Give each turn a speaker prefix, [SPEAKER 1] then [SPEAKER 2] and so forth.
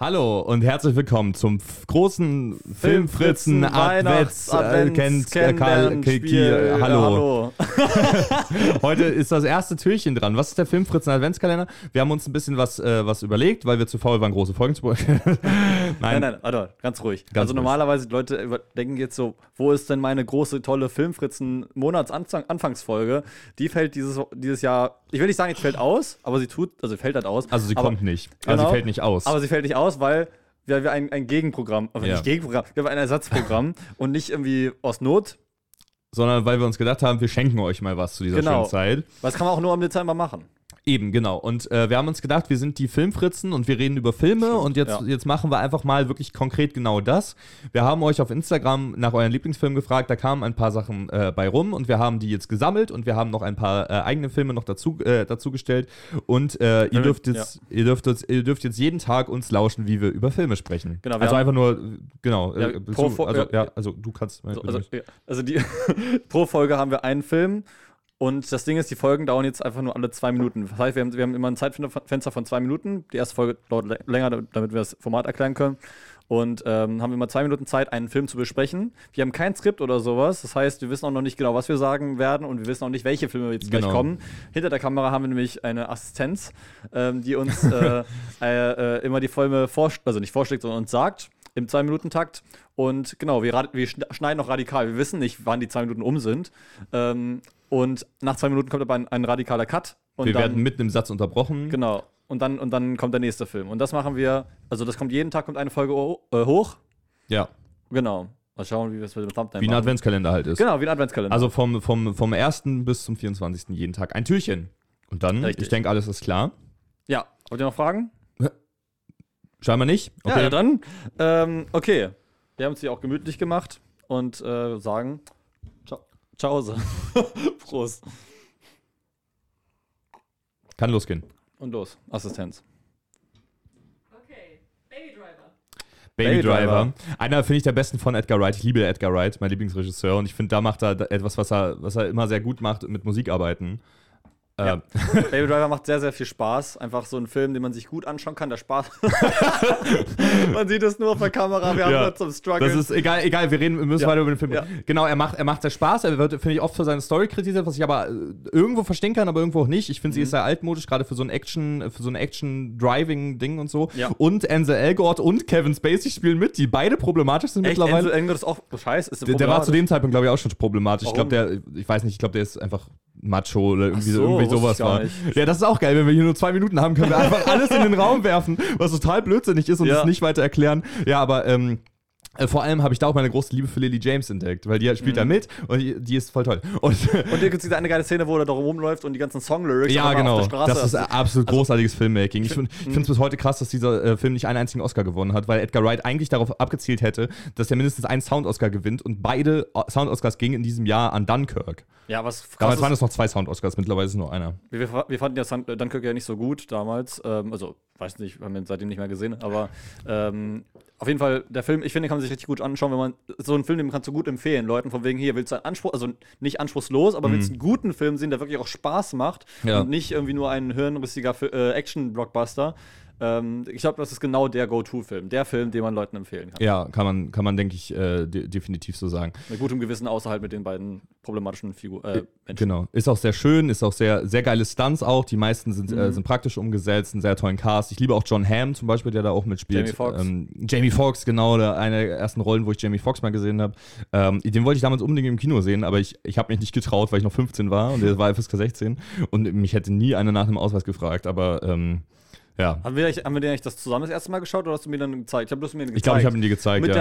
[SPEAKER 1] Hallo und herzlich willkommen zum f- großen Filmfritzen Advents äh, kennt äh, Karl Kiki.
[SPEAKER 2] Kennenlernspiel.
[SPEAKER 1] Hallo.
[SPEAKER 2] Hallo.
[SPEAKER 1] Heute ist das erste Türchen dran. Was ist der Filmfritzen Adventskalender? Wir haben uns ein bisschen was, äh, was überlegt, weil wir zu faul waren, große Folgen zu beurteilen.
[SPEAKER 2] Nein,
[SPEAKER 1] nein,
[SPEAKER 2] nein, warte, ganz ruhig.
[SPEAKER 1] Ganz
[SPEAKER 2] also
[SPEAKER 1] ruhig.
[SPEAKER 2] normalerweise die Leute über- denken jetzt so, wo ist denn meine große tolle Filmfritzen Monatsanfang Anfangsfolge? Die fällt dieses dieses Jahr, ich will nicht sagen, jetzt fällt aus, aber sie tut, also fällt halt aus.
[SPEAKER 1] Also sie
[SPEAKER 2] aber,
[SPEAKER 1] kommt nicht. Also
[SPEAKER 2] Genau.
[SPEAKER 1] sie fällt nicht aus.
[SPEAKER 2] Aber sie fällt nicht aus, weil wir, wir ein, ein Gegenprogramm, aber
[SPEAKER 1] Ja.
[SPEAKER 2] nicht Gegenprogramm, wir haben ein Ersatzprogramm und nicht irgendwie aus Not.
[SPEAKER 1] sondern weil wir uns gedacht haben, wir schenken euch mal was zu dieser
[SPEAKER 2] Genau.
[SPEAKER 1] schönen Zeit.
[SPEAKER 2] Was kann man auch nur im Dezember machen?
[SPEAKER 1] Eben, genau. Und äh, wir haben uns gedacht, wir sind die Filmfritzen und wir reden über Filme und jetzt,
[SPEAKER 2] ja.
[SPEAKER 1] jetzt machen wir einfach mal wirklich konkret genau das. Wir haben euch auf Instagram nach euren Lieblingsfilmen gefragt, da kamen ein paar Sachen äh, bei rum und wir haben die jetzt gesammelt und wir haben noch ein paar äh, eigene Filme noch dazu, äh, dazu gestellt und äh, ihr,
[SPEAKER 2] wir-
[SPEAKER 1] dürft jetzt, ihr, dürft uns, ihr dürft jetzt jeden Tag uns lauschen, wie wir über Filme sprechen.
[SPEAKER 2] Genau, wir
[SPEAKER 1] also
[SPEAKER 2] haben-
[SPEAKER 1] einfach nur, genau,
[SPEAKER 2] Ja,
[SPEAKER 1] äh,
[SPEAKER 2] pro
[SPEAKER 1] zu,
[SPEAKER 2] Fo-
[SPEAKER 1] also,
[SPEAKER 2] ja.
[SPEAKER 1] ja, also du kannst.
[SPEAKER 2] So, also, ja, also die pro Folge haben wir einen Film und das Ding ist, die Folgen dauern jetzt einfach nur alle zwei Minuten. Das heißt, wir haben, wir haben immer ein Zeitfenster von zwei Minuten. Die erste Folge dauert lä- länger, damit wir das Format erklären können. Und ähm, haben wir immer zwei Minuten Zeit, einen Film zu besprechen. Wir haben kein Skript oder sowas. Das heißt, wir wissen auch noch nicht genau, was wir sagen werden und wir wissen auch nicht, welche Filme jetzt gleich
[SPEAKER 1] Genau.
[SPEAKER 2] kommen. Hinter der Kamera haben wir nämlich eine Assistenz, ähm, die uns äh, äh, äh, immer die Filme vorschlägt, also nicht vorschlägt, sondern uns sagt, im 2-Minuten-Takt. Und genau, wir, rad- wir schn- schneiden noch radikal. Wir wissen nicht, wann die 2 Minuten um sind. Ähm, und nach 2 Minuten kommt aber ein, ein radikaler Cut. Und
[SPEAKER 1] wir
[SPEAKER 2] dann,
[SPEAKER 1] werden mitten im Satz unterbrochen.
[SPEAKER 2] Genau. Und dann, und dann kommt der nächste Film. Und das machen wir, also das kommt jeden Tag, kommt eine Folge ho- äh, hoch.
[SPEAKER 1] Ja,
[SPEAKER 2] Genau. Mal schauen, wie wir es mit dem Thumbnail
[SPEAKER 1] wie ein
[SPEAKER 2] machen.
[SPEAKER 1] Adventskalender halt ist.
[SPEAKER 2] Genau, wie ein Adventskalender.
[SPEAKER 1] Also vom, vom, vom 1. bis zum 24. jeden Tag ein Türchen. Und dann,
[SPEAKER 2] Richtig.
[SPEAKER 1] ich denke, alles ist klar.
[SPEAKER 2] ja. Habt ihr noch Fragen?
[SPEAKER 1] Scheinbar nicht.
[SPEAKER 2] Ja, dann. Ähm, okay. Wir haben es hier auch gemütlich gemacht und äh, sagen Ciao. Ciao. Prost.
[SPEAKER 1] Kann losgehen.
[SPEAKER 2] Und los. Assistenz.
[SPEAKER 3] Okay, Baby Driver.
[SPEAKER 1] Baby,
[SPEAKER 2] Baby
[SPEAKER 1] Driver. Einer, finde ich, der besten von Edgar Wright. Ich liebe Edgar Wright, mein Lieblingsregisseur. Und ich finde, da macht er da- etwas, was er, was er immer sehr gut macht, mit Musik arbeiten. Äh,
[SPEAKER 2] Ja. Baby Driver macht sehr, sehr viel Spaß. Einfach so ein Film, den man sich gut anschauen kann. Der Spaß. man sieht es nur auf der Kamera. Wir haben
[SPEAKER 1] Ja.
[SPEAKER 2] da zum Struggle.
[SPEAKER 1] Das ist egal, egal, wir reden, wir müssen
[SPEAKER 2] Ja.
[SPEAKER 1] weiter über den Film.
[SPEAKER 2] Ja.
[SPEAKER 1] reden. Genau, er macht, er macht sehr Spaß, er wird, finde ich, oft für seine Story kritisiert, was ich aber äh, irgendwo verstehen kann, aber irgendwo auch nicht. Ich finde,
[SPEAKER 2] Mhm.
[SPEAKER 1] sie ist sehr altmodisch, gerade für so ein Action, für so ein Action-Driving-Ding und so.
[SPEAKER 2] Ja.
[SPEAKER 1] Und Ansel Elgort und Kevin Spacey spielen mit, die beide problematisch sind
[SPEAKER 2] Echt,
[SPEAKER 1] mittlerweile.
[SPEAKER 2] Ansel Elgort ist auch Scheiß. Oh, Ist
[SPEAKER 1] Der, der war zu dem Zeitpunkt, glaube ich, auch schon problematisch. Ich
[SPEAKER 2] Warum?
[SPEAKER 1] glaube, der, ich weiß nicht, ich glaube, der ist einfach macho oder irgendwie,
[SPEAKER 2] so,
[SPEAKER 1] so, irgendwie
[SPEAKER 2] wusste ich
[SPEAKER 1] sowas
[SPEAKER 2] gar
[SPEAKER 1] war.
[SPEAKER 2] nicht.
[SPEAKER 1] Ja, das ist auch geil, wenn wir hier nur zwei Minuten haben, können wir einfach alles in den Raum werfen, was total blödsinnig ist und
[SPEAKER 2] Ja.
[SPEAKER 1] es nicht weiter erklären. Ja, aber ähm, äh, vor allem habe ich da auch meine große Liebe für Lily James entdeckt, weil die
[SPEAKER 2] Mhm.
[SPEAKER 1] spielt da mit und die, die ist voll toll. Und
[SPEAKER 2] Und hier gibt es eine geile Szene, wo er da rumläuft und die ganzen Songlyrics
[SPEAKER 1] ja,
[SPEAKER 2] einfach
[SPEAKER 1] genau.
[SPEAKER 2] auf der Straße. Also,
[SPEAKER 1] Das ist ein absolut großartiges Filmmaking. Ich
[SPEAKER 2] hm.
[SPEAKER 1] finde es bis heute krass, dass dieser äh, Film nicht einen einzigen Oscar gewonnen hat, weil Edgar Wright eigentlich darauf abgezielt hätte, dass er mindestens einen Sound-Oscar gewinnt und beide O- Sound-Oscars gingen in diesem Jahr an Dunkirk.
[SPEAKER 2] ja, was krass
[SPEAKER 1] Damals
[SPEAKER 2] ist,
[SPEAKER 1] waren es noch zwei Sound-Oscars, mittlerweile ist es nur einer.
[SPEAKER 2] Wir, wir, wir fanden ja Sun- äh, Dunkirk ja nicht so gut damals. Ähm, also, weiß nicht, haben wir seitdem nicht mehr gesehen. Aber ähm, auf jeden Fall, der Film, ich finde, kann man sich richtig gut anschauen, wenn man so einen Film, den kannst du gut empfehlen. Leuten von wegen, hier willst du einen Anspruch, also nicht anspruchslos, aber willst einen guten Film sehen, der wirklich auch Spaß macht
[SPEAKER 1] Mhm. Ja.
[SPEAKER 2] und nicht irgendwie nur ein hirnrissiger Fi- äh, Action-Blockbuster. Ähm, ich glaube, das ist genau der Go-To-Film. Der Film, den man Leuten empfehlen kann.
[SPEAKER 1] Ja, kann man, kann man denke ich, äh, de definitiv so sagen.
[SPEAKER 2] Mit gutem Gewissen, außer halt mit den beiden problematischen Figuren. Äh, Menschen.
[SPEAKER 1] Genau. Ist auch sehr schön, ist auch sehr, sehr geile Stunts auch. Die meisten sind,
[SPEAKER 2] Mhm.
[SPEAKER 1] äh, sind praktisch umgesetzt, einen sehr tollen Cast. Ich liebe auch John Hamm zum Beispiel, der da auch mitspielt.
[SPEAKER 2] Jamie Foxx.
[SPEAKER 1] Ähm, Jamie Foxx, genau, der eine der ersten Rollen, wo ich Jamie Foxx mal gesehen habe. Ähm, den wollte ich damals unbedingt im Kino sehen, aber ich, ich habe mich nicht getraut, weil ich noch 15 war und der war FSK 16 und mich hätte nie einer nach einem Ausweis gefragt, aber ähm, ja.
[SPEAKER 2] Haben wir, haben wir dir eigentlich das zusammen das erste Mal geschaut oder hast du mir dann gezeigt? Ich habe bloß mir den gezeigt.
[SPEAKER 1] Ich glaube, ich habe ihn dir gezeigt,
[SPEAKER 2] mit
[SPEAKER 1] ja.